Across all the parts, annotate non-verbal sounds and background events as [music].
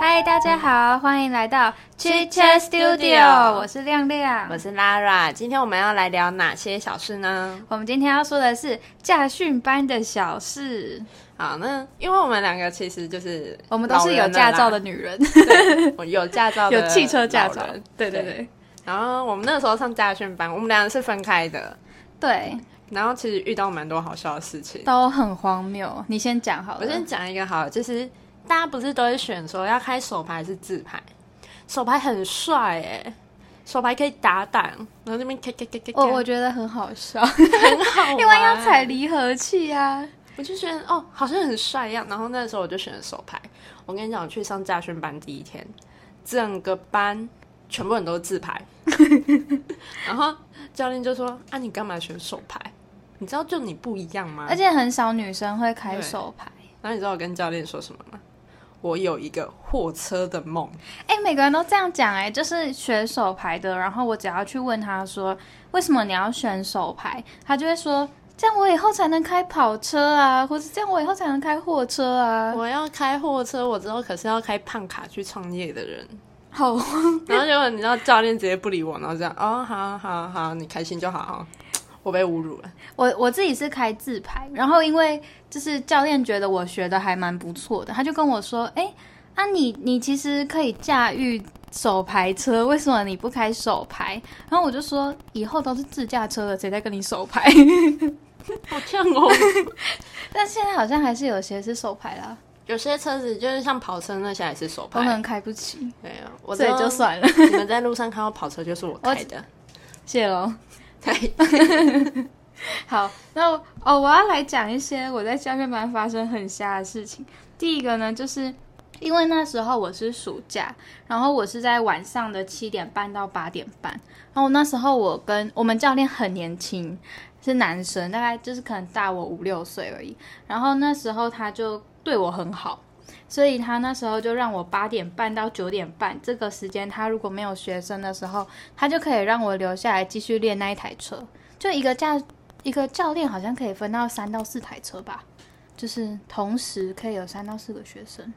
嗨，大家好，欢迎来到 Chit Chat Studio，我是亮亮我。是 Lara，今天我们要来聊哪些小事呢？我们今天要说的是驾训班的小事，好，那因为我们两个其实就是我们都是有驾照的 [laughs] 老女人，人啦，我有驾 [laughs] 照的有汽车驾照老人。对对对对然后我们那时候上驾训班，我们俩是分开的，对，然后其实遇到蛮多好笑的事情。都很荒谬。你先讲好了，我先讲一个好了，就是大家不是都会选说要开手牌还是自牌？手牌很帅哎、手牌可以打档，然后那边咔咔咔咔咔，哦我我觉得很好笑，很 [laughs] 好玩，因为要踩离合器啊。我就觉得哦，好像很帅一样。然后那时候我就选了手牌。我跟你讲，我去上驾训班第一天，整个班全部人都是自 [laughs] 牌，然后教练就说：“啊，你干嘛选手牌？你知道就你不一样吗？”而且很少女生会开手牌，然后你知道我跟教练说什么吗？我有一个货车的梦，哎、每个人都这样讲哎、就是选手牌的，然后我只要去问他说为什么你要选手牌，他就会说这样我以后才能开跑车啊，或者这样我以后才能开货车啊， [laughs] 我要开货车，我之后可是要开胖卡去创业的人。好，然后结果你知道教练直接不理我，然后这样哦，好好好，你开心就好。我被侮辱了，我我自己是开自牌，然后因为就是教练觉得我学的还蛮不错的，他就跟我说，哎、啊你你其实可以驾驭手排车，为什么你不开手排？然后我就说以后都是自驾车了，谁在跟你手排？好呛哦。 [laughs] 但现在好像还是有些是手排啦。有些车子就是像跑车那些也是手我可排，能开不起，对啊，我所以知道就。算了， [laughs] 你们在路上看到跑车就是我开 [laughs] 的，谢喽。对，好，那我哦，我要来讲一些我在教练班发生很瞎的事情。第一个呢，就是因为那时候我是暑假，然后我是在晚上的七点半到八点半，然后那时候我跟我们教练很年轻，是男生，大概就是可能大我五六岁而已。然后那时候他就对我很好。所以他那时候就让我八点半到九点半这个时间，他如果没有学生的时候，他就可以让我留下来继续练那一台车。就一个驾一个教练好像可以分到三到四台车吧，就是同时可以有三到四个学生。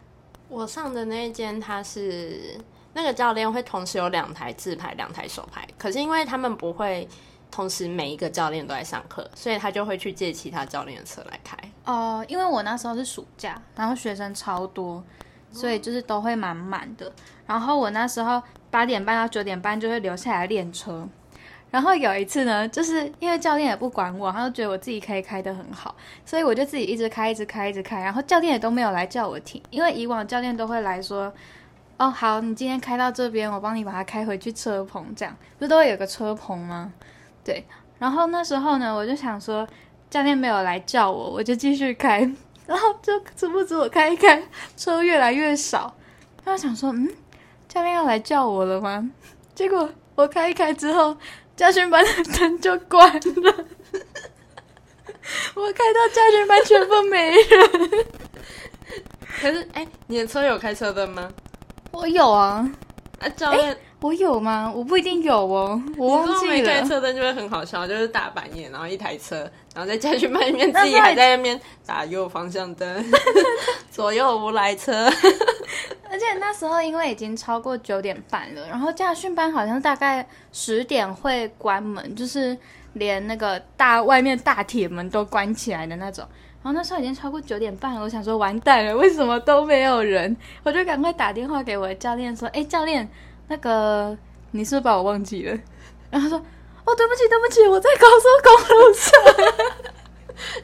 我上的那一间他是那个教练会同时有两台自排、两台手排，可是因为他们不会同时每一个教练都在上课，所以他就会去借其他教练的车来开。哦、因为我那时候是暑假，然后学生超多，所以就是都会满满的。然后我那时候八点半到九点半就会留下来练车。然后有一次呢，就是因为教练也不管我，他就觉得我自己可以开得很好，所以我就自己一直开，一直开，一直开。然后教练也都没有来叫我停，因为以往教练都会来说：“哦，好，你今天开到这边，我帮你把它开回去车棚。”这样不是都会有个车棚吗？对。然后那时候呢，我就想说，教练没有来叫我，我就继续开， [laughs] 然后就止不止我开一开，车越来越少。然后想说，嗯，教练要来叫我了吗？结果我开一开之后，教训班的灯就关了。 [laughs] 我开到教训班全部没人。可是，哎、你的车有开车灯吗？我有啊，啊，教练，我有吗？我不一定有哦，我你忘如果记没开了。车灯就会很好笑，就是大半夜，然后一台车，然后在家去外面 [laughs] 那自己不然还在那边打右方向灯， [laughs] 左右无来车。 [laughs] 而且那时候因为已经超过九点半了，然后驾训班好像大概十点会关门，就是连那个大外面大铁门都关起来的那种。然后那时候已经超过九点半了，我想说完蛋了，为什么都没有人？我就赶快打电话给我的教练说：“哎，教练，那个你是不是把我忘记了？”然后他说：“哦，对不起，对不起，我在高速公路上。”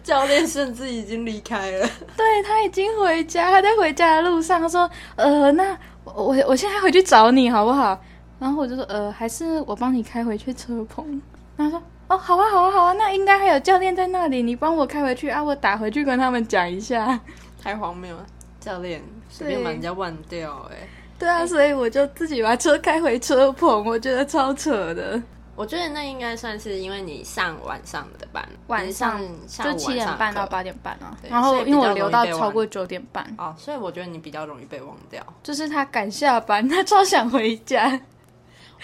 教练甚至已经离开了，对他已经回家，他在回家的路上，他说：“呃，那我我我现在回去找你好不好？”然后我就说：“呃，还是我帮你开回去车棚。”然后他说：“哦，好啊，好啊，好啊，那应该还有教练在那里，你帮我开回去啊，我打回去跟他们讲一下。太荒谬了。 [laughs] 教练随便把人家忘掉、哎，”对啊，所以我就自己把车开回车棚，我觉得超扯的。我觉得那应该算是因为你上晚上的班，晚上你是上下就午七点晚上的半到课八点半啊，对然后所以比因为较我留到容易被超过九点半，哦，所以我觉得你比较容易被忘掉。就是他赶下班，他超想回家。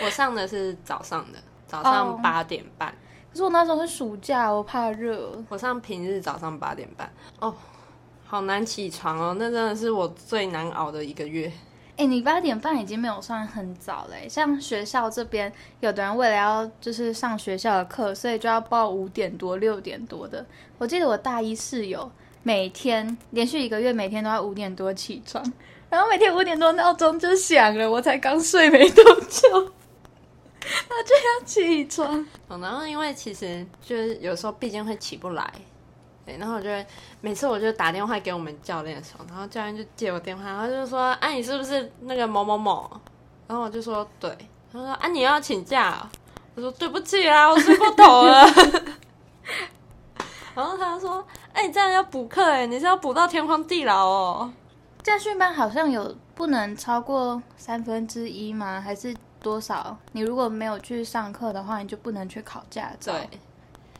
我上的是早上的，早哦上八点半。可是我那时候是暑假，我怕热。我上平日早上八点半哦，好难起床哦，那真的是我最难熬的一个月。哎、你八点半已经没有算很早嘞、像学校这边，有的人为了要就是上学校的课，所以就要报五点多、六点多的。我记得我大一室友每天连续一个月，每天都要五点多起床，然后每天五点多闹钟就响了，我才刚睡没多久，他就要起床。嗯，然后因为其实就是有时候毕竟会起不来，对，然后我就会每次我就打电话给我们教练的时候，然后教练就接我电话，然后就说：“哎、你是不是那个某某某？”然后我就说：“对。”他说：“啊，你要请假哦、我说：“对不起啊，我睡过头了。” [laughs] 然后他说：“哎、你这样要补课哎，你是要补到天荒地老哦。驾训班好像有不能超过三分之一吗？还是多少？你如果没有去上课的话，你就不能去考驾”照。对，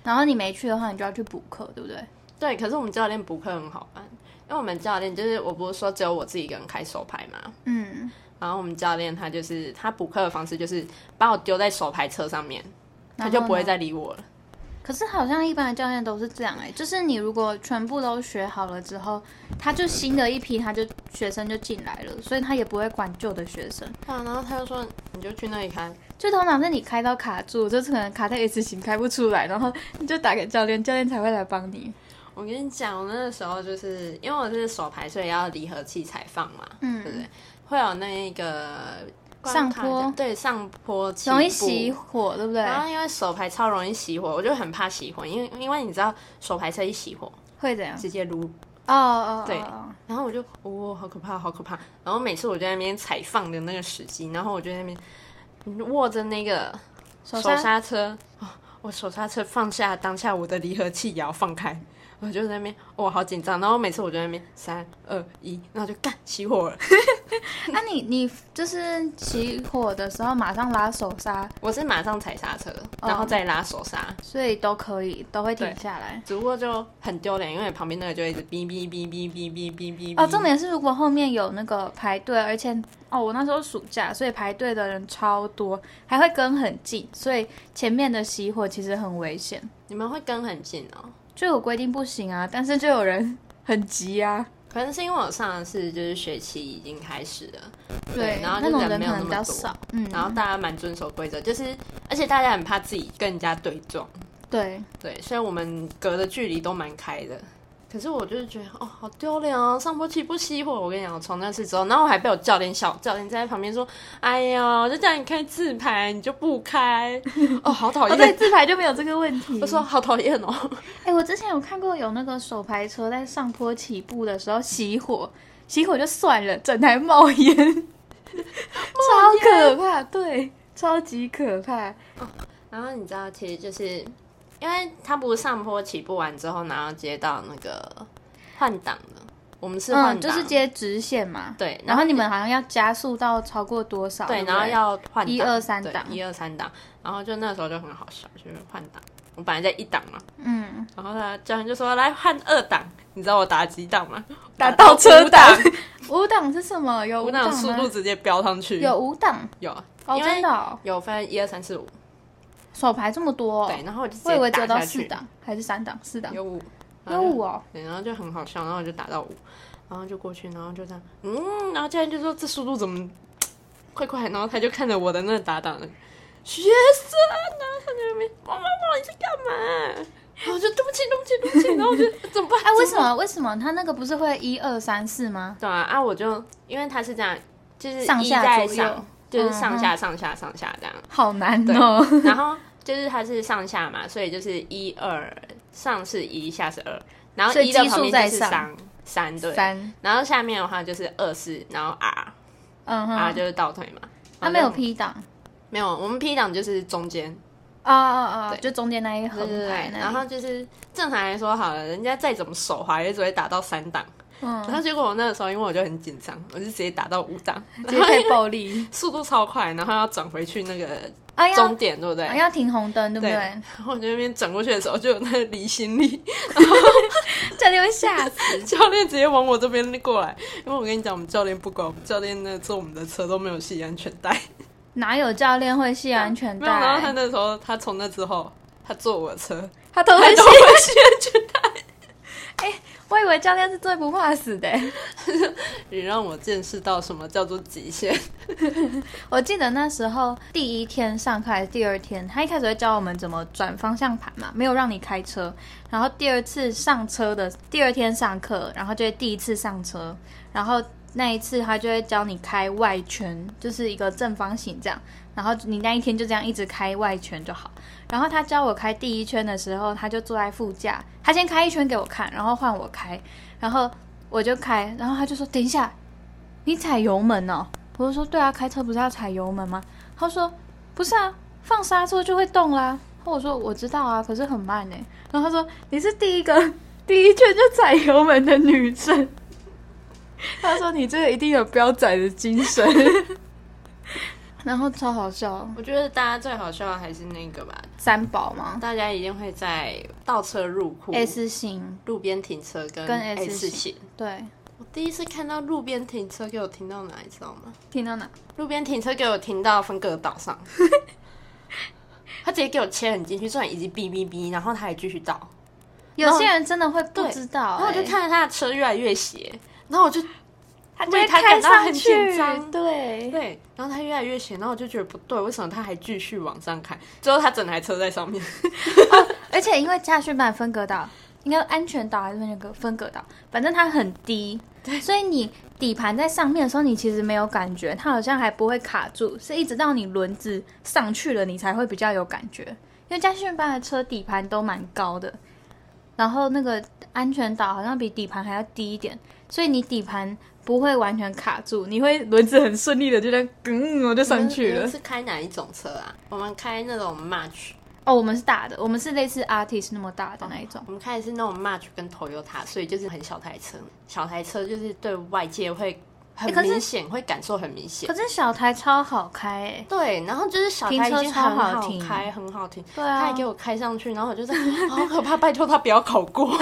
然后你没去的话，你就要去补课，对不对？对，可是我们教练补课很好玩，因为我们教练就是我不是说只有我自己一个人开手牌嘛，嗯，然后我们教练他就是他补课的方式就是把我丢在手排车上面，他就不会然后呢。再理我了。可是好像一般的教练都是这样哎、就是你如果全部都学好了之后，他就新的一批他就学生就进来了，所以他也不会管旧的学生。啊，然后他就说你就去那里开，就通常是你开到卡住，就是可能卡在 S 型开不出来，然后你就打给教练，教练才会来帮你。我跟你讲，我那个时候就是因为我是手排，所以要离合器采放嘛，嗯对不对？会有那个上坡关卡的对上坡起容易步熄火，对不对？然后因为手排超容易熄火，我就很怕熄火，因为因为你知道手排车一熄火会怎样？直接撸哦哦，对哦哦然后我就哦，好可怕，好可怕。然后每次我就在那边采放的那个时机，然后我就在那边握着那个手手刹刹车，哦我手刹车放下，当下我的离合器也要放开，我就在那边，哦，好紧张。然后每次我就在那边三二一，然后就干熄火了。那、啊你你就是熄火的时候马上拉手刹，我是马上踩刹车，哦然后再拉手刹，所以都可以，都会停下来。只不过就很丢脸，因为旁边那个就一直哔哔哔哔哔哔哔哔哔。哦，重点是如果后面有那个排队，而且哦，我那时候暑假，所以排队的人超多，还会跟很近，所以前面的熄火其实很危险。你们会跟很近哦。就有规定不行啊，但是就有人 [laughs] 很急啊，可能是因为我上的是就是学期已经开始了，对，然后那就种人人没可有能比那么较多，少，嗯，然后大家蛮遵守规则，就是而且大家很怕自己跟人家对撞，对，对，所以我们隔的距离都蛮开的。可是我就是觉得哦，好丢脸哦，上坡起不熄火。我跟你讲，我从那次之后，然后我还被我教练笑，教练在旁边说：“哎呀，我就叫你开自排，你就不 [laughs] 开，哦，好讨哦，对，厌。自排就没有这个问题。我说好讨厌哦，哎、我之前有看过有那个手排车在上坡起步的时候熄火，熄火就算了，整台冒烟， [laughs] 超可怕，对，超级可怕。 [laughs] 然后你知道，其实就是因为他不是上坡起步完之后，然后接到那个换挡的，我们是换挡、嗯，就是接直线嘛。对，然后你们好像要加速到超过多少？对对，不对，然后要换一二三档一二三档，然后就那时候就很好笑，就是换档。我本来在一档嘛，嗯，然后他教练就说来换二档，你知道我打几档吗？打倒车五档，五档是什么？有 [laughs] 五五档档速吗度直接飙上去，有五档有哦，因为真的、哦，有分一二三四五，手排这么多、哦，对，然后我就直我以接为只有打到下四去，档还是三档，四档有五，然有后就五哦，对，然后就很好笑，然后我就打到五，然后就过去，然后就这样，嗯，然后教练就说这速度怎么快快，然后他就看着我的那个搭档，学生啊，他在那边，妈妈妈你在干嘛？ [laughs] 然后我就对不起对不起对不起，然后我 [laughs] 就怎么办？哎、为什？么？为什么他那个不是会一二三四吗？ [laughs] 对啊，啊，我就因为他是这样，就是上一下在左右上，就是上嗯下上下上下这样，好难哦。 [laughs] 然后就是它是上下嘛，所以就是一二上是一，下是二，然后所以一的基数旁边在就是上三三对。 [laughs] 三，然后下面的话就是二四，然后 R、嗯 R 哼，就是倒退嘛。他没有然后就 P 档，没有，我们 P 档就是中间，啊啊啊，对就中间那一横对对排对。那然里，嗯后就是正常来说好了，人家再怎么手滑也只会打到三档。然嗯，后结果我那个时候因为我就很紧张，我就直接打到五 [laughs] 档，直接太暴力 [laughs] 速度超快，然后要转回去那个啊，要终点，对不对？啊要停红灯，对不对对？然后我就那边转过去的时候就有那个离心力， [laughs] 教练会吓死， [laughs] 教练直接往我这边过来。因为我跟你讲，我们教练不管，我们教练那坐我们的车都没有系安全带。哪有教练会系安全没有，然后他带？那时候，他从那之后，他坐我的车，他都他会都系。会系安全带。哎我以为教练是最不怕死的欸。你让我见识到什么叫做极限。我记得那时候第一天上课还是第二天，他一开始会教我们怎么转方向盘嘛，没有让你开车。然后第二次上车的第二天上课，然后就会第一次上车，然后那一次他就会教你开外圈，就是一个正方形这样。然后你那一天就这样一直开外圈就好。然后他教我开第一圈的时候，他就坐在副驾，他先开一圈给我看，然后换我开，然后我就开，然后他就说：“等一下，你踩油门哦。”我就说：“对啊，开车不是要踩油门吗？”他说：“不是啊，放刹车就会动啦。”然后我说：“我知道啊，可是很慢呢、然后他说：“你是第一个 [laughs] 第一圈就踩油门的女生。”他说：“你这个一定有飙仔的精神。” [laughs] 然后超好笑， [laughs] 我觉得大家最好笑的还是那个吧，三宝吗大家一定会在倒车入库、 ？S 型， [laughs] 路边停车跟跟 S S 型型。对，我第一次看到路边停车，给我停到哪，你知道吗？听到哪？路边停车给我停到分隔岛 [laughs] 上，他直接给我切很进去，虽然已经哔哔哔，然后他还继续倒，有些人真的会不对知道、然后我就欸，看着他的车越来越斜，然后我就他就为会他开感到上很去紧张，对，对，然后他越来越斜，然后我就觉得不对，为什么他还继续往上开？最后他整台车在上面，而且因为驾训班分隔岛，应该安全岛还是分隔分隔岛，反正它很低，所以你底盘在上面的时候，你其实没有感觉，它好像还不会卡住，是一直到你轮子上去了，你才会比较有感觉。因为驾训班的车底盘都蛮高的，然后那个安全岛好像比底盘还要低一点，所以你底盘不会完全卡住，你会轮子很顺利的就这样，嗯，我就上去你了们。是开哪一种车啊？我们开那种 March，哦，我们是大的，我们是类似 artist 那么大的那一种。我们开的是那种 March 跟 Toyota，所以就是很小台车，小台车就是对外界会很欸可是明显，会感受很明显可。是小台超好开哎、对，然后就是小停台已车经超很好好停开，很好停。对啊他还给我开上去，然后我就在， [laughs] 好可怕！拜托他不要考过。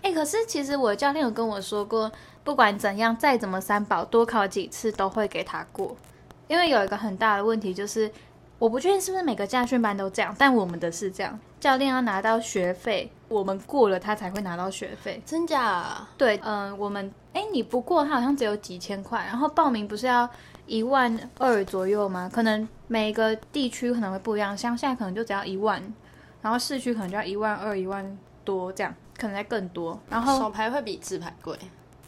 哎、可是其实我教练有跟我说过，不管怎样，再怎么三宝，多考几次都会给他过。因为有一个很大的问题就是，我不确定是不是每个驾训班都这样，但我们的是这样，教练要拿到学费，我们过了他才会拿到学费。 [laughs] 真假？对，嗯、我们哎、你不过他好像只有几千块，然后报名不是要一万二左右吗？可能每个地区可能会不一样，乡下可能就只要一万，然后市区可能就要一万二、一万多这样，可能再更多。然后手牌会比自牌贵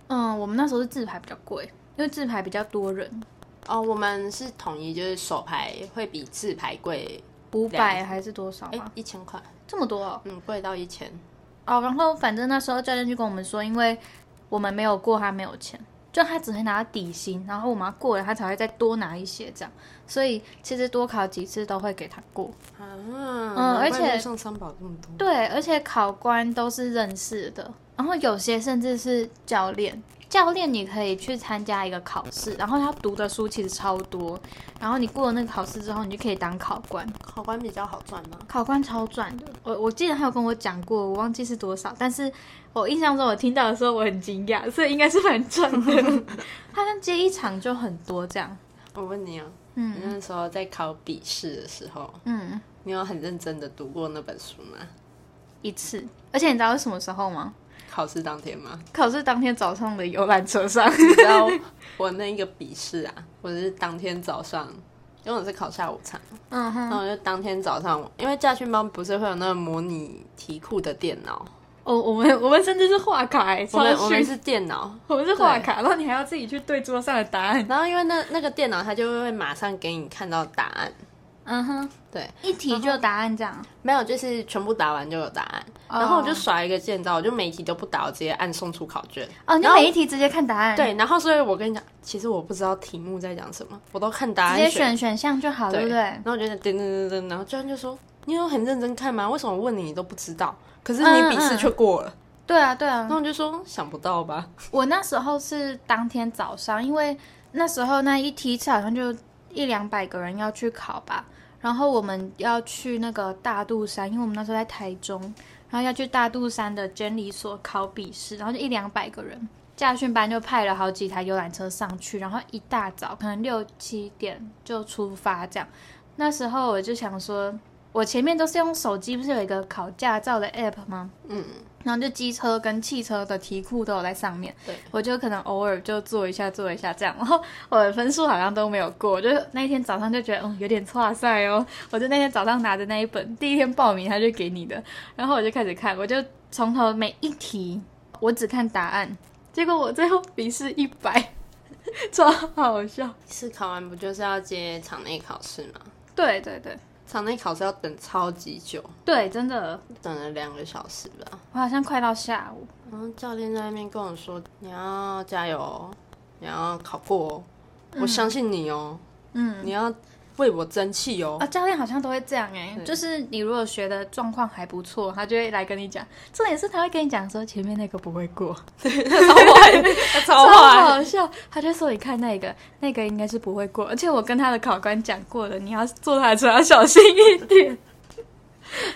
嗯，我们那时候是自排比较贵，因为自排比较多人，哦。我们是统一，就是手牌会比自牌贵，五两百还是多少哎吗？，一千块，这么多哦嗯，贵到一千。哦。然后反正那时候教练就跟我们说，因为我们没有过，他没有钱，就他只会拿到底薪，然后我们要过了，他才会再多拿一些这样。所以其实多考几次都会给他过。啊，嗯而难怪且路上三宝这么多，对，而且考官都是认识的，然后有些甚至是教练。教练你可以去参加一个考试，然后他读的书其实超多，然后你过了那个考试之后，你就可以当考官。考官比较好赚吗？考官超赚的，我我记得他有跟我讲过，我忘记是多少，但是我印象中我听到的时候我很惊讶，所以应该是蛮赚的。 [laughs] 好像接一场就很多这样，我问你啊，嗯你那时候在考笔试的时候，嗯，你有很认真的读过那本书吗？一次。而且你知道是什么时候吗？考试当天 [laughs] 吗？考试当天早上的游览车上，你知道我那个笔试啊，我是当天早上，因为我是考下午场，嗯哼，然后我就当天早上，因为驾训班不是会有那个模拟题库的电脑，我哦我们我们甚至是画卡、欸，超我们我们逊是电脑，我们是画卡，然后你还要自己去对桌上的答案。然后因为那那个电脑它就会马上给你看到答案，嗯哼，对，一题就答案这样，没有就是全部答完就有答案，哦然后我就甩一个键招，我就每一题都不答，我直接按送出考卷。哦，你然后每一题直接看答案，，对，然后所以我跟你讲，其实我不知道题目在讲什么，我都看答直接案选选项就好，对不对然？后我就在噔噔噔噔，然后教练就说：“你有很认真看吗？为什么我问你你都不知道？可是嗯你笔试却过了。对啊，对啊然。后我就说：“想不到吧我那时候是当天早上，因为那时候那一梯次好像就一两百个人要去考吧，然后我们要去那个大肚山，因为我们那时候在台中，然后要去大肚山的监理所考笔试，然后就一两百个人。驾训班就派了好几台游览车上去，然后一大早可能六七点就出发这样。那时候我就想说，我我前面都是用手机，不是有一个考驾照的 app 吗？嗯，然后就机车跟汽车的题库都有在上面，对，我就可能偶尔就做一下做一下这样，然后我的分数好像都没有过，就是那一天早上就觉得嗯有点差赛哦，我就那天早上拿着那一本第一天报名他就给你的，然后我就开始看，我就从头每一题我只看答案，结果我最后笔试一百， [laughs] 超好笑，试考完不就是要接场内考试吗？对对对场内考试要等超级久，对，真的，等了两个小时吧。我好像快到下午，然后嗯教练在那边跟我说：“你要加油哦，你要考过哦，我相信你哦，嗯。你要为我争气哦。 [laughs] 啊，教练好像都会这样哎、就是你如果学的状况还不错，他就会来跟你讲。重点是他会跟你讲说前面那个不会过， [laughs] 超超坏，好笑。他就说你看那个，那个应该是不会过，而且我跟他的考官讲过了，你要坐他的车要小心一点。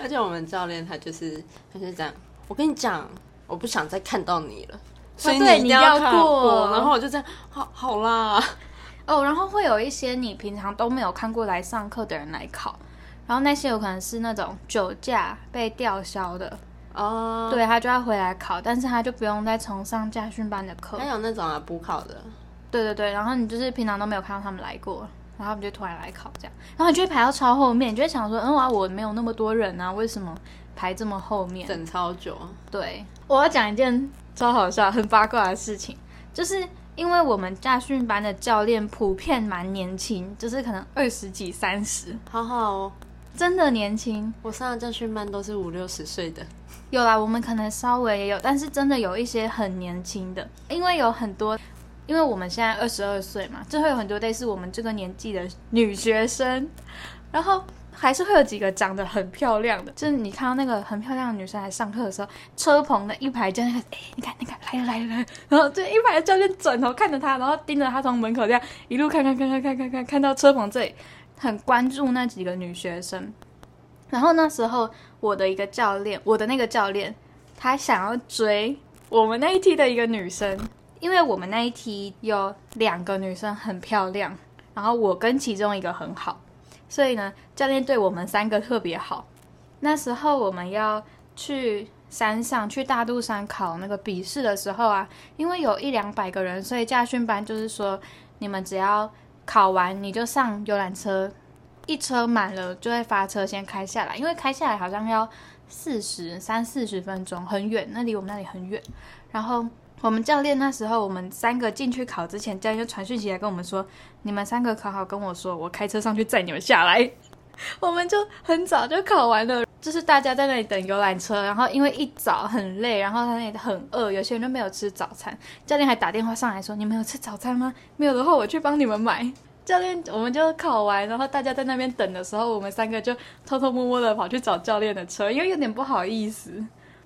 而且我们教练他就是他就是这样，我跟你讲，我不想再看到你了，所以哦对一定你要考过然后我就这样，好好啦， [laughs] 哦，然后会有一些你平常都没有看过来上课的人来考，然后那些有可能是那种酒驾被吊销的，哦，对他就要回来考，但是他就不用再重上驾训班的课还。有那种啊补考的，对对对，然后你就是平常都没有看到他们来过，然后他们就突然来考这样，然后你就会排到超后面，你就会想说，嗯啊，我没有那么多人啊，为什么排这么后面？等超久，对，我要讲一件超好笑、很八卦的事情，就是因为我们驾训班的教练普遍蛮年轻，就是可能二十几、三十，好好哦，真的年轻。我上的教训班都是五六十岁的，有啦，我们可能稍微也有，但是真的有一些很年轻的，因为有很多，因为我们现在二十二岁嘛，就会有很多类似我们这个年纪的女学生，然后还是会有几个长得很漂亮的，就是你看到那个很漂亮的女生来上课的时候，车棚的一排就那个，哎、你看，你看，来了来了来了，然后就一排的教练转头看着她，然后盯着她从门口这样一路看看看看看看看看到车棚这里，很关注那几个女学生。然后那时候我的一个教练，我的那个教练，他想要追我们那一梯的一个女生，因为我们那一梯有两个女生很漂亮，然后我跟其中一个很好，所以呢，教练对我们三个特别好。那时候我们要去山上，去大肚山考那个笔试的时候啊，因为有一两百个人，所以驾训班就是说，你们只要考完你就上游览车，一车满了就会发车先开下来，因为开下来好像要四十三四十分钟，很远，那离我们那里很远。然后我们教练那时候我们三个进去考之前，教练就传讯息来跟我们说，你们三个考好跟我说，我开车上去载你们下来。 [laughs] 我们就很早就考完了，就是大家在那里等游览车，然后因为一早很累，然后他那里很饿，有些人都没有吃早餐，教练还打电话上来说：“你们有吃早餐吗？没有的话，我去帮你们买。”教练，我们就考完，然后大家在那边等的时候，我们三个就偷偷摸摸的跑去找教练的车，因为有点不好意思。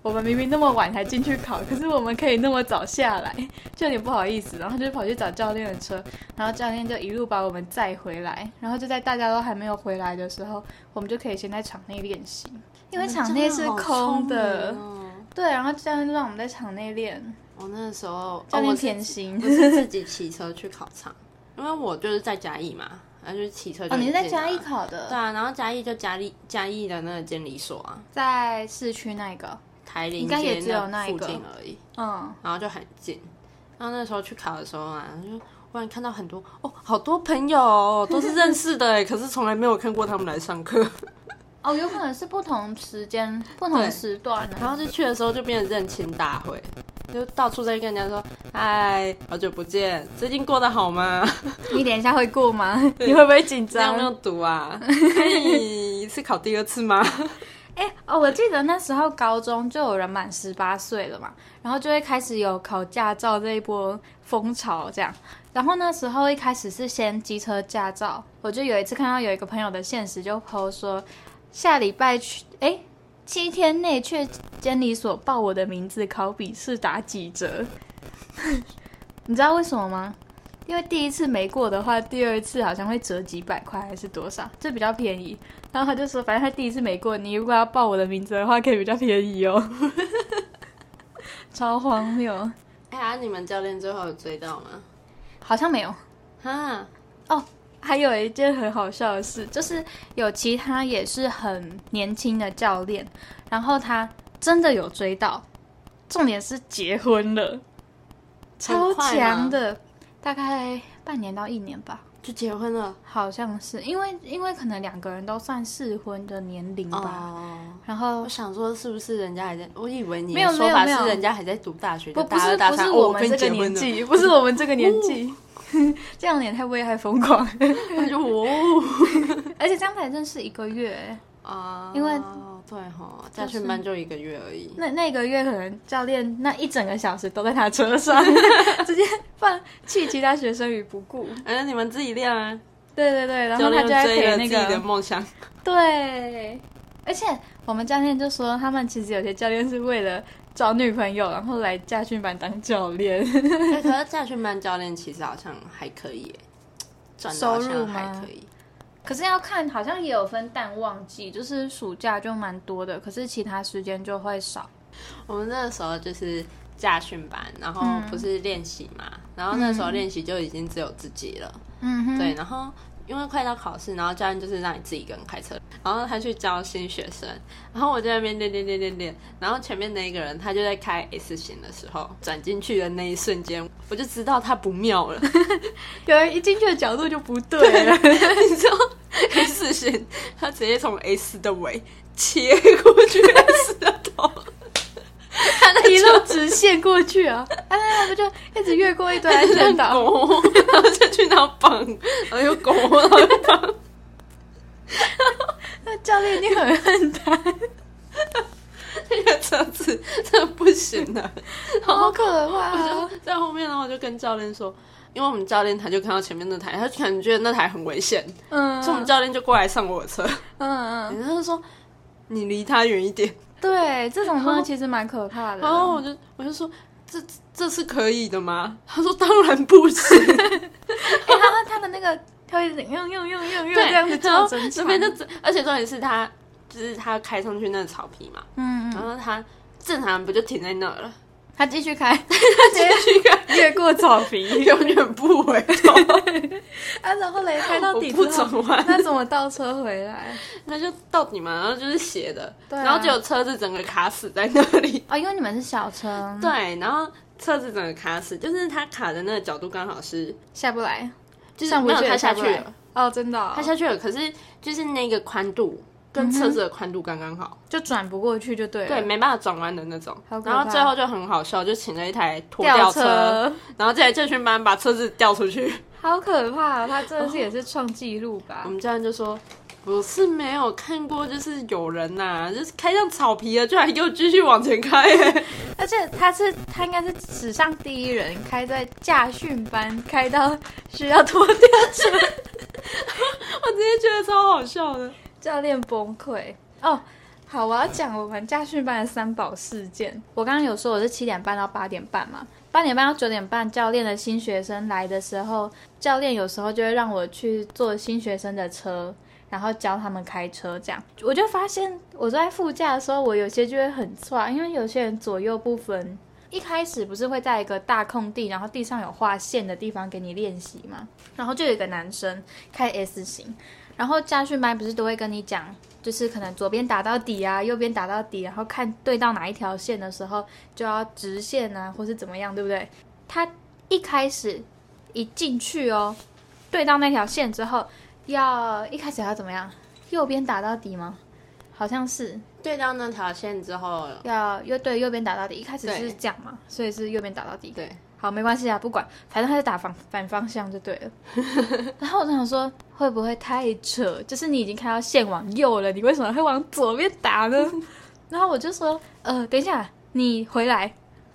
我们明明那么晚才进去考，可是我们可以那么早下来，就有点不好意思。然后就跑去找教练的车，然后教练就一路把我们载回来。然后就在大家都还没有回来的时候，我们就可以先在场内练习，因为场内是空的。真好聪明哦对，然后教练就让我们在场内练，我哦那时候教练哦我是偏心。 [laughs] 我是自己骑车去考场，因为我就是在嘉义嘛，然后就是骑车就、哦，你是在嘉义？考的？对啊，然后嘉义就嘉义嘉义的那个监理所啊，在市区那个，台应林该也街只有那一附个近而已，嗯，然后就很近。然后那时候去考的时候啊，就忽然看到很多哦，好多朋友、哦、都是认识的 [laughs] 哎，可是从来没有看过他们来上课。哦，有可能是不同时间、不同时段然呢。后就去的时候就变成认亲大会，就到处在跟人家说嗨，好久不见，最近过得好吗？ [laughs] 你等一下会过吗？你会不会紧这样没有张？读 [laughs] 啊？你是考第二次 [laughs] 吗？哎、哦，我记得那时候高中就有人满十八岁了嘛，然后就会开始有考驾照这一波风潮这样。然后那时候一开始是先机车驾照，我就有一次看到有一个朋友的现实就 PO 说，下礼拜去，哎、七天内去监理所报我的名字考笔试打几折。 [laughs] 你知道为什么吗？因为第一次没过的话，第二次好像会折几百块还是多少，就比较便宜。然后他就说，反正他第一次没过，你如果要报我的名字的话，可以比较便宜哦。 [laughs] 超荒谬，啊哎呀，你们教练最后有追到吗？好像没有哈，哦，还有一件很好笑的事，就是有其他也是很年轻的教练，然后他真的有追到，重点是结婚了，超很快吗强的，大概半年到一年吧，就结婚了好像是因为因为可能两个人都算适婚的年龄吧，哦。然后我想说，是不是人家还在？我以为你没有的说法没有没是有人家还在读大学，不就不大是二大不三，是哦我我们这个跟你结年婚了，哦纪，不是我们这个年纪， [laughs] 这样有点太危害风狂了， [laughs] 我 [laughs] 就哦而且这样才认识一个月、欸 [laughs] 啊，因为对哈，就家是训班就一个月而已，那那个月可能教练那一整个小时都在他车上， [laughs] 直接放弃其他学生于不顾。哎，你们自己练啊，对对对，然教后他练就在追陪了自那己的个梦想，对，而且我们教练就说，他们其实有些教练是为了找女朋友，然后来家训班当教练， [laughs] [laughs] 哎可是家训班教练其实好像还可以耶，赚的好收入像吗还可以，可是要看，好像也有分淡旺季，就是暑假就蛮多的，可是其他时间就会少。我们那时候就是驾训班，然后嗯不是练习嘛，然后那时候练习就已经只有自己了，嗯哼，对，然后。因为快到考试，然后教练就是让你自己一个人开车，然后他去教新学生，然后我在那边练练练练练，然后前面那一个人他就在开 S 型的时候转进去的那一瞬间，我就知道他不妙了。有人一进去的角度就不对 [laughs] 了。你知道 S 型，他直接从 S 的尾切过去 [laughs] S 的头，他那 [laughs] 一路直线过去啊！哎，那不就一直越过一堆安全岛？狗，然后就去那绑，然后有狗，然后又绑， [laughs] 那教练你很恨 [laughs] 他， [laughs] 那个车子真的不行了。然好后可怕我啊！就在后面，然后我就跟教练说，因为我们教练他就看到前面那台，他就感觉那台很危险，嗯，所以我们教练就过来上我的车，嗯嗯，然后 [laughs] 他就说你离他远一点。对，这种东西其实蛮可怕的。然后我就我就说这这是可以的吗？他说当然不行。 [laughs] 哎，他他的那个，他会用用用用用这样子然做后针这场，边就整而且重点是他就是他开上去那个草皮嘛，嗯然嗯，后他正常人不就停在那 [laughs] 了？他继续开，他这个越过草皮，永远不回 [laughs] 头， [laughs] 啊，然后嘞开到底我不之后，转弯，那怎么倒车回来？那就到底嘛，然后就是斜的，对啊然后就有车子整个卡死在那里， [laughs] 哦，因为你们是小车，，对，然后车子整个卡死，就是他卡的那个角度刚好是，下不来，就是上不没有去他也下下去不了来，哦，真的哦，他下去了，可是就是那个宽度跟车子的宽度刚刚好。就转不过去就对对，了，没办法转弯的那种嗯好。可然后怕最后就很好笑，就请了一台拖吊车，车。然后这台教训班把车子吊出 [laughs] 去。好可怕、他真的是也是创纪录吧我？们教练就说：“我是没有看过，就是有人呐、就是开上草皮了，居然给我继续往前开、欸。 [laughs] 而且他是他应该是史上第一人开在驾训班开到需要脱掉我直接觉得超好笑的。教练崩溃哦。好，我要讲我们驾训班的三宝事件。我刚刚有说我是七点半到八点半嘛，八点半到九点半，教练的新学生来的时候，教练有时候就会让我去坐新学生的车，然后教他们开车，这样我就发现我坐在副驾的时候，我有些就会很错，因为有些人左右不分。一开始不是会在一个大空地，然后地上有画线的地方给你练习嘛？然后就有一个男生开 S 型，然后家训班不是都会跟你讲，就是可能左边打到底啊，右边打到底，然后看对到哪一条线的时候就要直线啊，或是怎么样，对不对？他一开始一进去哦，对到那条线之后，要一开始要怎么样？右边打到底吗？好像是对到那条线之后，要右对右边打到底，一开始对是这样嘛，所以是右边打到底。对，好，没关系啊，不管，反正他是打反反方向就对了。 [laughs] 然后我就想说，会不会太扯？就是你已经看到线往右了，你为什么会往左边打呢？ [laughs] 然后我就说，呃，等一下，你回来。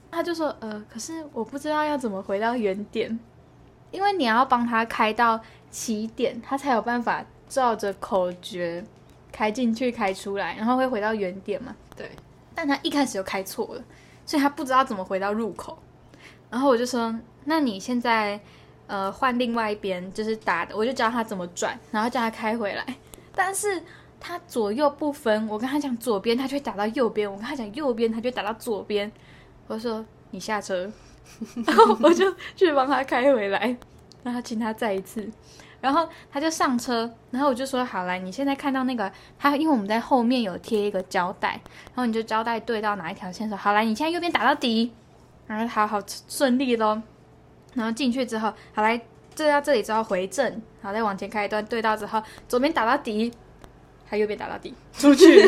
他就说，呃，可是我不知道要怎么回到原点，因为你要帮他开到起点，他才有办法照着口诀开进去、开出来，然后会回到原点嘛。对，但他一开始就开错了，所以他不知道怎么回到入口。然后我就说：“那你现在呃换另外一边，就是打的，我就教他怎么转，然后叫他开回来。但是他左右不分，我跟他讲左边，他就会打到右边；我跟他讲右边，他就会打到左边。我就说你下 [laughs] 车，然后我就去帮他开回来，然后请他再一次。然后他就上车，然后我就说好来，你现在看到那个他，因为我们在后面有贴一个胶带，然后你就胶带对到哪一条线说好来，你现在右边打到底，然后好好顺利咯。然后进去之后，好来，这到这里之后回正，然后再往前开一段，对到之后左边打到底，他哦右边打到底，出去。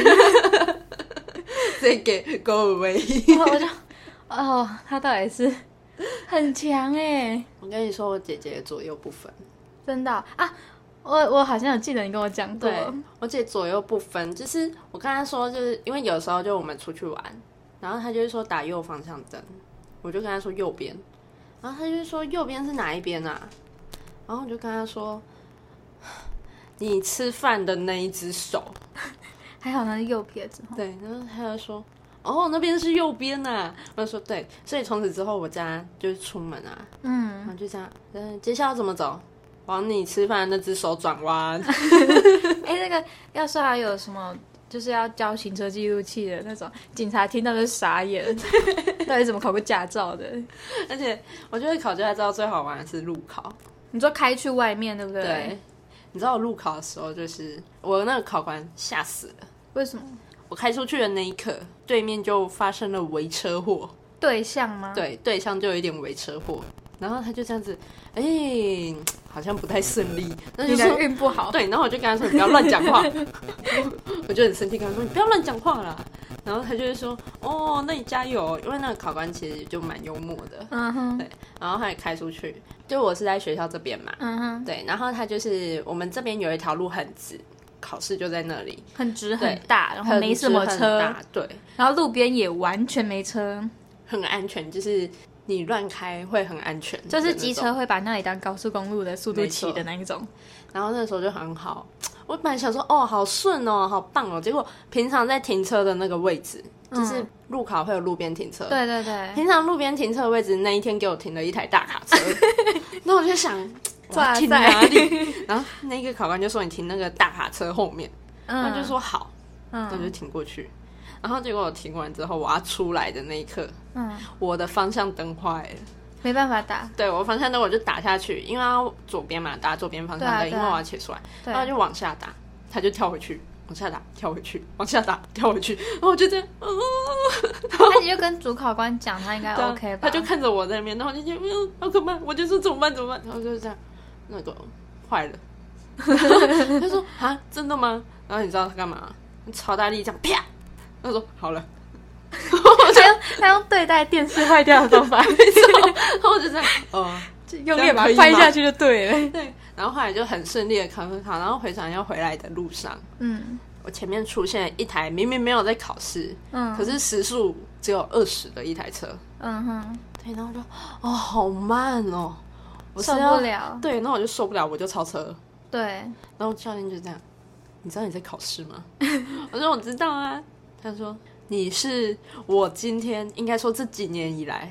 [laughs] 这给 go away。然后我就，哦，他到底是 [laughs] 很强哎、我跟你说，我姐姐左右不分。真的哦、啊！我我好像有记得你跟我讲过，对，我姐左右不分，就是我跟她说，就是因为有时候就我们出去玩，然后她就会说打右方向灯，我就跟她说右边，然后她就说右边是哪一边啊？然后我就跟她说， [sighs] 你吃饭的那一只手，还好那是右撇子。对，然后她就说。哦，那边是右边呐、啊，我就说对，所以从此之后我家就是出门啊，然嗯，后就这样，嗯，接下来要怎么走？往你吃饭的那只手转弯， [laughs] [laughs] 哎、那个要是还有什么就是要交行车记录器的那种， [laughs] 警察听到就傻眼， [laughs] 到底怎么考过驾照的？而且我觉得考驾照最好玩的是路考，你说开去外面对不对？对，你知道我路考的时候，就是我那个考官吓死了。为什么我开出去的那一刻，对面就发生了围车祸，对象吗？对，对象就有一点围车祸，然后他就这样子，哎、好像不太顺利，那就你的说。运不好，对，然后我就跟他说：“你不要乱讲 [laughs] 话。”我就很生气，跟他说：“你不要乱讲话啦。”然后他就会说：“哦，那你加油。”因为那个考官其实就蛮幽默的，嗯哼，对。然后他也开出去，就我是在学校这边嘛，嗯哼，对，然后它就是我们这边有一条路很直，考试就在那里，很直对很大，然后哦没什么很直车很，大对，然后路边也完全没车，很安全，就是你乱开会很安全，就是机机。车会把那里当高速公路的速度没错骑的那一种。然后那时候就很好，我本来想说哦，好顺哦，好棒哦，结果平常在停车的那个位置，就是嗯路考会有路边停车，对对对，平常路边停车的位置，那一天给我停了一台大卡车， [laughs] 那我就 [laughs] 想。我要哇塞停哪 [laughs] 里？ [laughs] 然后那个考官就说：“你停那个大卡车后面。”嗯我就说：“好。”我就嗯停过去。然后结果我停完之后，我要出来的那一刻，嗯，我的方向灯坏了。没办法 [laughs] 打，对我方向灯我就打下去，因为要左边嘛，打左边方对向啊灯，对因啊为我要切出来，对然后就往下打，它就跳回去，往下打，跳回去， [laughs] 往下打，跳回去。然后我就这样， [laughs] 嗯、那你就跟主考官讲，他应该对啊 OK 吧？他就看着我在那边，然后 [laughs] 我就觉得嗯，好可怕，我就说怎么办怎么办，然后就这样，那个坏 [laughs] 了，他就说啊真的吗？然后你知道他干嘛？超大力这样啪，他说好了。他用他用对待电视坏掉的方法， [laughs] 然后我就这样，哦，就用力把它拍下去就对了。对。然后后来就很顺利的考考考，然后回想要回来的路上，嗯我前面出现一台明明没有在考试，嗯，可是时速只有二十的一台车。嗯哼，对，然后我就哦，好慢哦，我是受要不。了。对，那我就受不了，我就超车。对，然后教练就这样，你知道你在考试 [laughs] 吗？我说我知道啊。他说你是我今天应该说这几年以来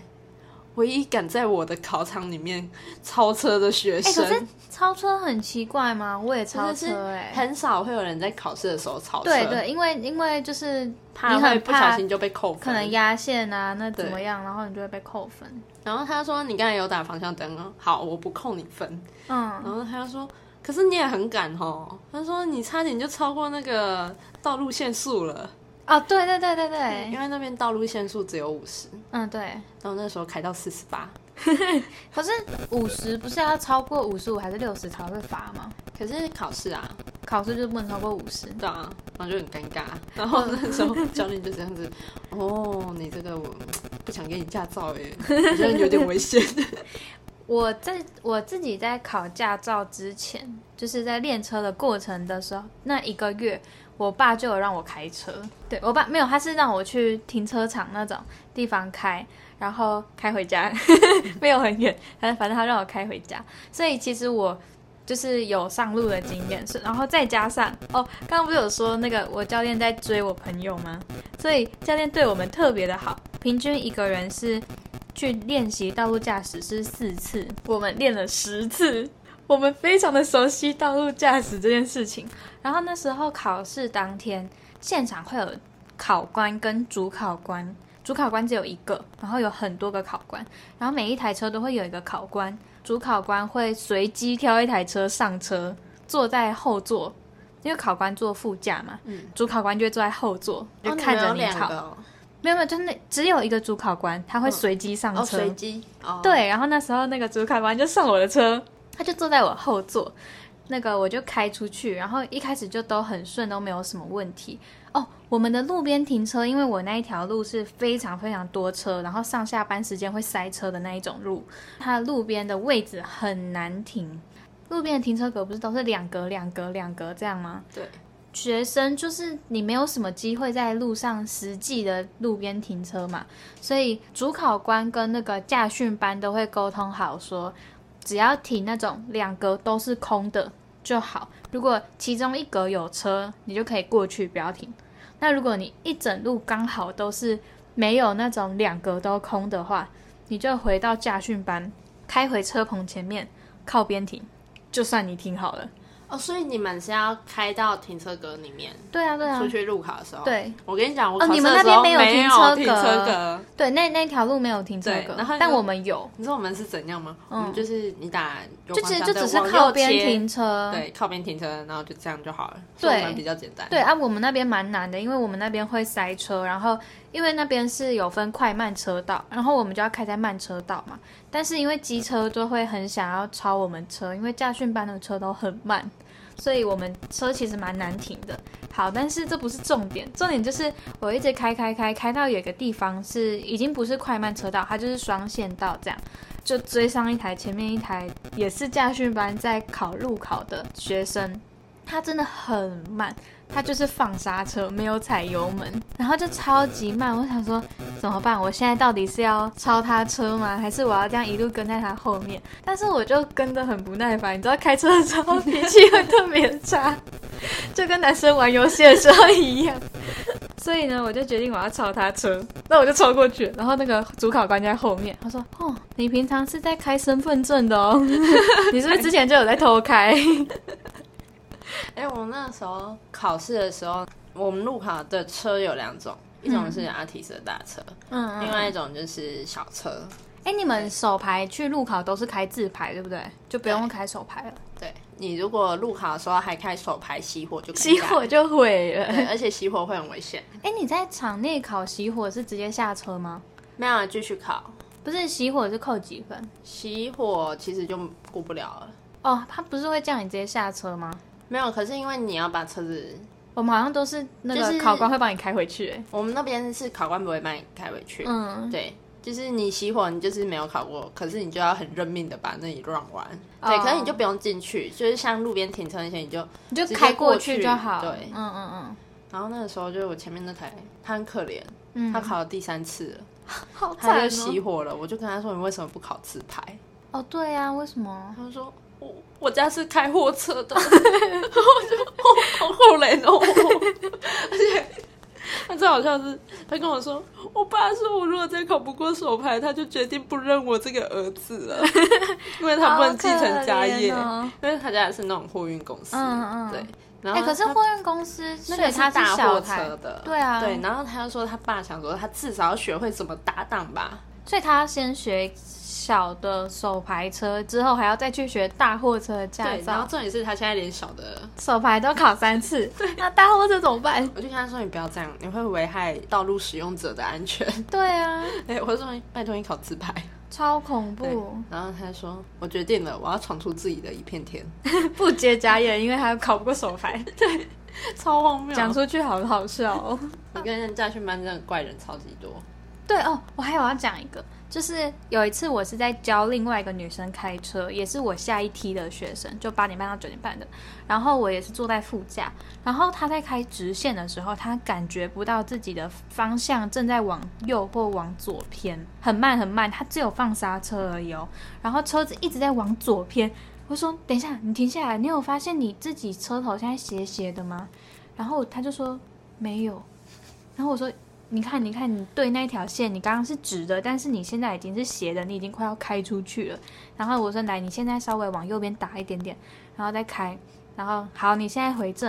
唯一敢在我的考场里面超车的学哎，生。可是超车很奇怪吗？我也超真车的哎是。很少会有人在考试的时候超车，对对，因为因为就是怕你会很不小怕心就被扣分。可能压线啊，那怎对么样，然后你就会被扣分。然后他说你刚才有打方向灯哦，好，我不扣你分。嗯，然后他就说，可是你也很敢哦。他说你差点就超过那个道路限速了，哦，对对对对对，因为那边道路限速只有五十，嗯对。然后那时候开到四十八。可是五十不是要超过五十五还是六十才会罚吗？可是考试啊，考试就不能超过五十。对啊，然后就很尴尬。然后那时候教练就这样子，哦，你这个我不想给你驾照耶，我觉得有点危 [laughs] 险。我在我自己在考驾照之前，就是在练车的过程的时候，那一个月，我爸就有让我开车。对我爸没有，他是让我去停车场那种地方开，然后开回家， [laughs] 没有很远，反反正他让我开回家。所以其实我就是有上路的经验，是然后再加上哦，刚刚不是有说那个我教练在追我朋友吗？所以教练对我们特别的好，平均一个人是去练习道路驾驶是四次，我们练了十次，我们非常的熟悉道路驾驶这件事情。然后那时候考试当天，现场会有考官跟主考官，主考官只有一个，然后有很多个考官，然后每一台车都会有一个考官，主考官会随机挑一台车上车，坐在后座，因为考官坐副驾嘛，嗯主考官就会坐在后座，就看着你考。哦没有没有，就是那只有一个主考官，他会嗯随机上你们有两个哦，车。随机哦，，对，然后那时候那个主考官就上我的车，他就坐在我后座，那个我就开出去，然后一开始就都很顺，都没有什么问题。哦，我们的路边停车，因为我那一条路是非常非常多车，然后上下班时间会塞车的那一种路，它的路边的位置很难停。路边的停车格不是都是两格、两格、两格这样吗？对，学生就是你没有什么机会在路上实际的路边停车嘛，所以主考官跟那个驾训班都会沟通好说，只要停那种两格都是空的就好。如果其中一格有车，你就可以过去，不要停。那如果你一整路刚好都是没有那种两格都空的话，你就回到驾训班，开回车棚前面靠边停，就算你停好了。哦，所以你们是要开到停车格里面，对啊，对啊出，去路考的时候，，对我跟你讲，我哦考你试们的那时候边没有没停车停格车格，对，那那条路没有停车对格然后，但就我们有，你知道我们是怎样吗？我们就是你打嗯右就方只向就灯只是往右靠边切停车。对，靠边停车，然后就这样就好了，对所以我们比较简单。对啊，我们那边蛮难的，因为我们那边会塞车，然后因为那边是有分快慢车道，然后我们就要开在慢车道嘛。但是因为机车就会很想要超我们车，因为驾训班的车都很慢，所以我们车其实蛮难停的。好，但是这不是重点，重点就是我一直开开开开到有一个地方是已经不是快慢车道，它就是双线道这样。就追上一台，前面一台也是驾训班在考路考的学生，他真的很慢，他就是放刹车，没有踩油门，然后就超级慢。我想说怎么办？我现在到底是要超他车吗？还是我要这样一路跟在他后面？但是我就跟得很不耐烦，你知道开车的时候脾气会特别差， [laughs] 就跟男生玩游戏的时候一样。所以呢，我就决定我要超他车，那我就超过去，然后那个主考官就在后面，他说：“哦，你平常是在开身份证的哦， [laughs] 你是不是之前就有在偷开？”哎、我那时候考试的时候，我们路考的车有两种，一种是阿提斯的大车，嗯，另外一种就是小车。哎、你们手牌去路考都是开自牌，对不对？就不用开手牌了，对你如果路考的时候还开手牌熄火就可以熄打火，就毁了。对，而且熄火会很危险。哎、你在场内考熄火是直接下车吗？没有啊继续考，不是，熄火是扣几分？熄火其实就过不了了。哦，他不是会叫你直接下车吗？没有，可是因为你要把车子，我们好像都是那就个是考官会帮你开回去、哎我们那边是考官不会帮你开回去，嗯，对，就是你熄火，你就是没有考过，可是你就要很认命的把那里乱玩。对，哦可是你就不用进去，就是像路边停车那些，你就。你就直接开过去去就好。对嗯嗯嗯，然后那个时候就是我前面那台，他很可怜，嗯他考了第三次了，好他惨就哦。熄火了。我就跟他说：“你为什么不考自排哦，对啊，为什？”么？他就说：“我我家是开货车的。” [laughs] 然后我就哦，好后来哦， [laughs] 而且他最好笑的是，他跟我说：“我爸说我如果再考不过手牌，他就决定不认我这个儿 [laughs] 子了，因为他不能继承家业，好可怜哦因为他家是那种货运公司，嗯嗯对。”然哎、后可是他货运公司，那所个以是他大小货台车，的，对啊对。然后他就说他爸想说他至少要学会怎么搭档吧，所以他要先学小的手牌车，之后还要再去学大货车的驾对。然后照。重点是他现在连小的，手牌都考三 [laughs] 次，那大货车怎么办？我就跟他说你不要这样，你会危害道路使用者的安全。 [laughs] 对啊，哎，我说拜托你考自拍。超恐对怖，然后他说我决定了，我要闯出自己的一 [laughs] 片天，不接家业，因为他考不过手牌，超荒 [laughs] 谬。讲出去好好笑哦。我跟人家去班真的怪人超级多，对哦，我还有要讲一个，就是有一次我是在教另外一个女生开车，也是我下一梯的学生，就八点半到九点半的，然后我也是坐在副驾，然后她在开直线的时候，她感觉不到自己的方向正在往右或往左偏，很慢很慢，她只有放刹车而已哦，然后车子一直在往左偏，我说等一下，你停下来，你有发现你自己车头现在斜斜的吗？然后她就说没有，然后我说你看，你看，你对那一条线，你刚刚是直的，但是你现在已经是斜的，你已经快要开出去了。然后我说来，你现在稍微往右边打一点点，然后再开，然后好，你现在回正，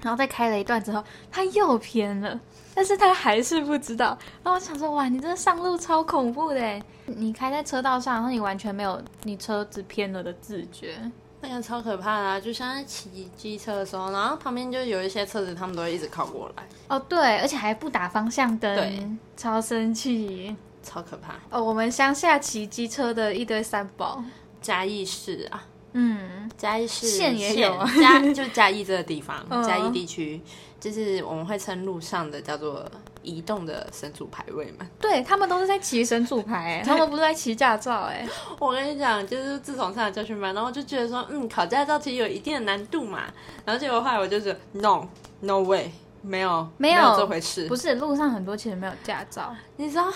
然后再开了一段之后，他又偏了，但是他还是不知道。然后我想说，哇，你这上路超恐怖的欸，你开在车道上，然后你完全没有你车子偏了的自觉。那个超可怕的、啊，就像在骑机车的时候，然后旁边就有一些车子，他们都会一直靠过来，哦，对，而且还不打方向对灯，超生气。超可怕。哦，我们乡下骑机车的一堆三宝，嘉义市啊，嗯，嘉义市县也有啊县嘉 [laughs] 就嘉义这个地方，嗯嘉义地区，就是我们会称路上的叫做移动的神主牌位嘛。对他们都是在骑神主牌、欸，他们不是在骑驾照、欸，哎，我跟你讲，就是自从上了教训班，然后我就觉得说，嗯，考驾照其实有一定的难度嘛。然后结果后来我就觉得，no no way，没有没有有这回 [laughs] 事不。是路上很多其实没有驾照，你知道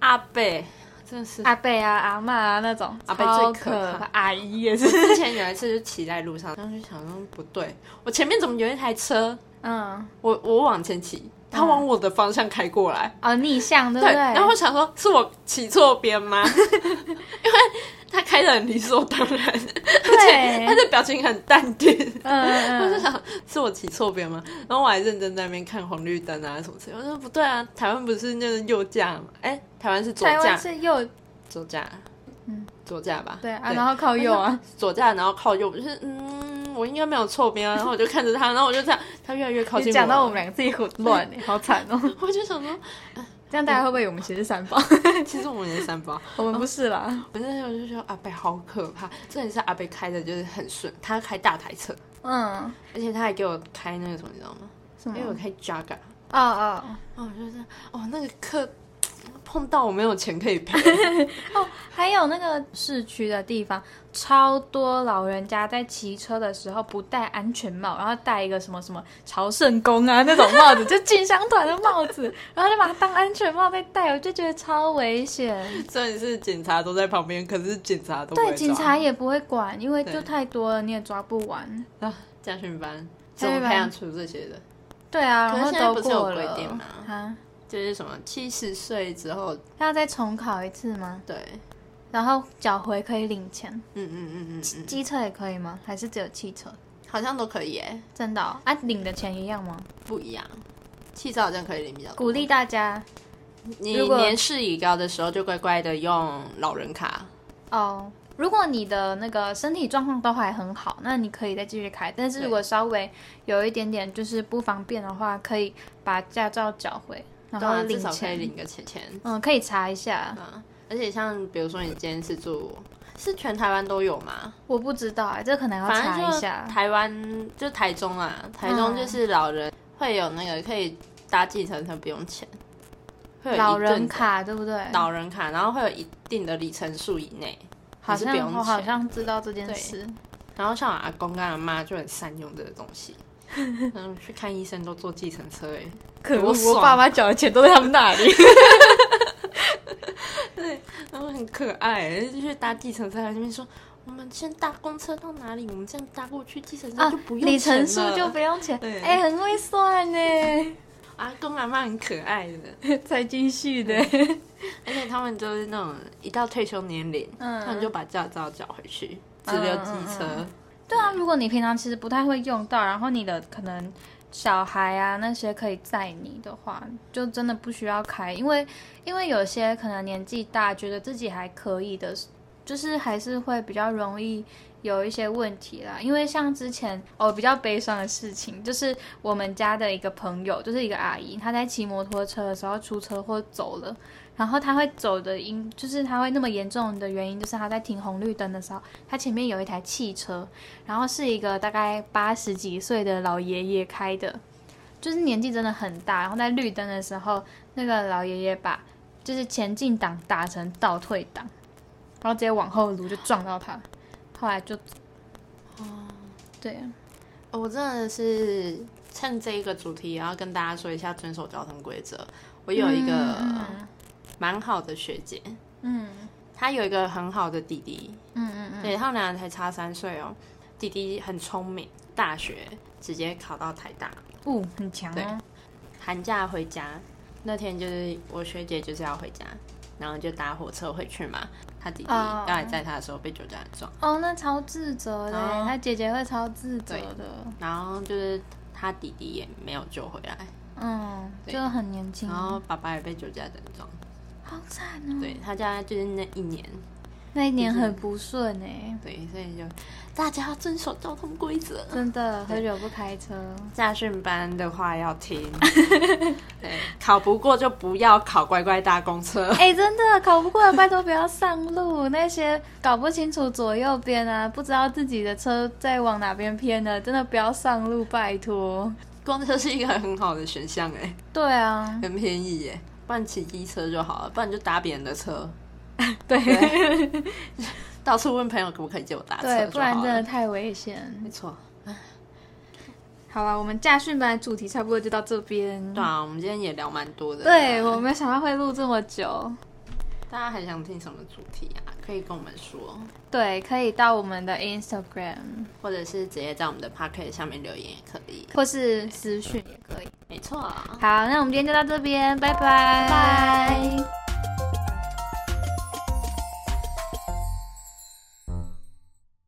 阿贝真的 [laughs] 是阿伯啊、阿嬷啊那种，阿伯超最可可怕怕，阿姨也是，之前有一次就骑在路上，然后就想说不对，我前面怎么有一台车？ [laughs] 嗯，我我往前骑，他往我的方向开过来。哦，逆向嗯对不对，对？然后我想说是我骑错边吗？ [laughs] 因为他开的很理所当然，对，他的表情很淡定。嗯我就嗯想是我骑错边吗？然后我还认真在那边看红绿灯啊什么之类的。我说不对啊，台湾不是就是右驾吗？哎，台湾是左台湾驾，是右左驾，嗯，左驾吧？对啊，然后靠右啊，左驾，然后靠右，我就是嗯，我应该没有错 [laughs] 边啊。然后我就看着他，然后我就这样，他越来越靠近你我。讲到我们两个自己混乱、 [laughs] 欸，好惨哦、我就想说，这样大家会不会以为我们其实是三宝？其实我们也是三包， [laughs] 我们不是啦，我那时候就觉得阿北好可怕，这也是阿北开的，就是很顺，他开大台车， [laughs] 嗯，而且他还给我开那个什么，你知道吗？什因为我么？啊开 Jaga，哦哦。然后我就是哦那个课碰到我没有钱可以赔，还有那个市区的地方，超多老人家在骑车的时候不戴安全帽，然后戴一个什么什么朝圣公啊那种帽子，就进香团的帽子，然后就把它当安全帽在戴，哦我就觉得超危险。虽然是警察都在旁边，可是警察都不会对，警抓察也不会管，因为就对太多了，你也抓不完。啊家训班家怎训班么培养出这些的？对啊，可然是后现在都不是有过规定了吗啊，就是什么七十岁之后，他要再重考一次吗？对，然后缴回可以领钱，嗯嗯嗯嗯嗯，机车也可以吗？还是只有汽车？好像都可以耶，真的哦、啊，领的钱一样吗？不一样。汽车好像可以领比较多鼓励大家你如果年事已高的时候，就乖乖的用老人卡。哦，如果你的那个身体状况都还很好，那你可以再继续开。但是如对果稍微有一点点就是不方便的话，可以把驾照缴回，然当后然啊至领少可以钱。领个钱钱。嗯，可以查一下，嗯，而且像比如说你今天是住，是全台湾都有吗？我不知道哎、这可能要反查正一就下。台湾就台中啊，台中嗯就是老人会有那个可以搭计程车不用钱，会有一老阵人子卡对不对？老人卡，然后会有一定的里程数以内。好是不用像我好钱像知道这件对事。然后像我阿公跟阿妈就很善用这个东 [laughs] 西，嗯，去看医生都坐计程车哎、可恶我爸妈缴的钱都在他们那 [laughs] 里。然后很可爱，欸就去搭计程车，还那边说我们先搭公车到哪里，我们这样搭过去，计程车啊就不用里程钱数了就不用钱，对哎、很会算呢、 [laughs] 阿公阿妈很可爱的，才进去的、而且他们就是那种一到退休年龄，嗯他们就把驾照缴回去，只留机车。嗯嗯对啊，如果你平常其实不太会用到，然后你的可能小孩啊那些可以载你的话，就真的不需要开，因为因为有些可能年纪大，觉得自己还可以的，就是还是会比较容易有一些问题啦。因为像之前哦比较悲伤的事情，就是我们家的一个朋友，就是一个阿姨，她在骑摩托车的时候出车祸走了。然后她会走的因，就是她会那么严重的原因，就是她在停红绿灯的时候，她前面有一台汽车，然后是一个大概八十几岁的老爷爷开的，就是年纪真的很大。然后在绿灯的时候，那个老爷爷把就是前进档打成倒退档，然后直接往后撸就撞到他，后来就，哦，哦对，哦我真的是趁这一个主题，然后跟大家说一下遵守交通规则。我有一个蛮好的学姐，嗯，她有一个很好的弟弟，嗯嗯嗯对他们俩才差三岁哦。弟弟很聪明，大学直接考到台大，嗯，哦，很强哦，寒假回家那天就是我学姐就是要回家，然后就搭火车回去嘛。她弟弟哦刚才载她的时候被酒驾撞，哦，那超自责的，哦他姐姐会超自责的，然后就是。他弟弟也没有救回来，嗯，对就很年轻然，后爸爸也被酒驾等撞。好惨哦。对他家就是那一年，那一年很不顺哎、对，所以就大家要遵守交通规则。真的喝酒不开车。驾训班的话要听， [laughs] 对，考不过就不要考乖乖搭公车。 [laughs] 哎、真的考不过的，拜托不要上路。那些搞不清楚左右边啊，不知道自己的车在往哪边偏的，真的不要上路，拜托。公车是一个很好的选项，哎，对 [laughs] 啊，很便宜耶。不然骑机车就好了，不然就搭别人的车，对 [laughs] 到处问朋友可不可以借我搭车对，不然就好真了的太危险没。错。好了，我们驾训班的主题差不多就到这边。对啊，我们今天也聊蛮多的。对，我没有想到会录这么久。大家还想听什么主题啊？可以跟我们说，对，可以到我们的 Instagram 或者是直接在我们的 p o c k e t 下面留言也可以。或是私讯也可以。没错。好，那我们今天就到这边，拜拜。拜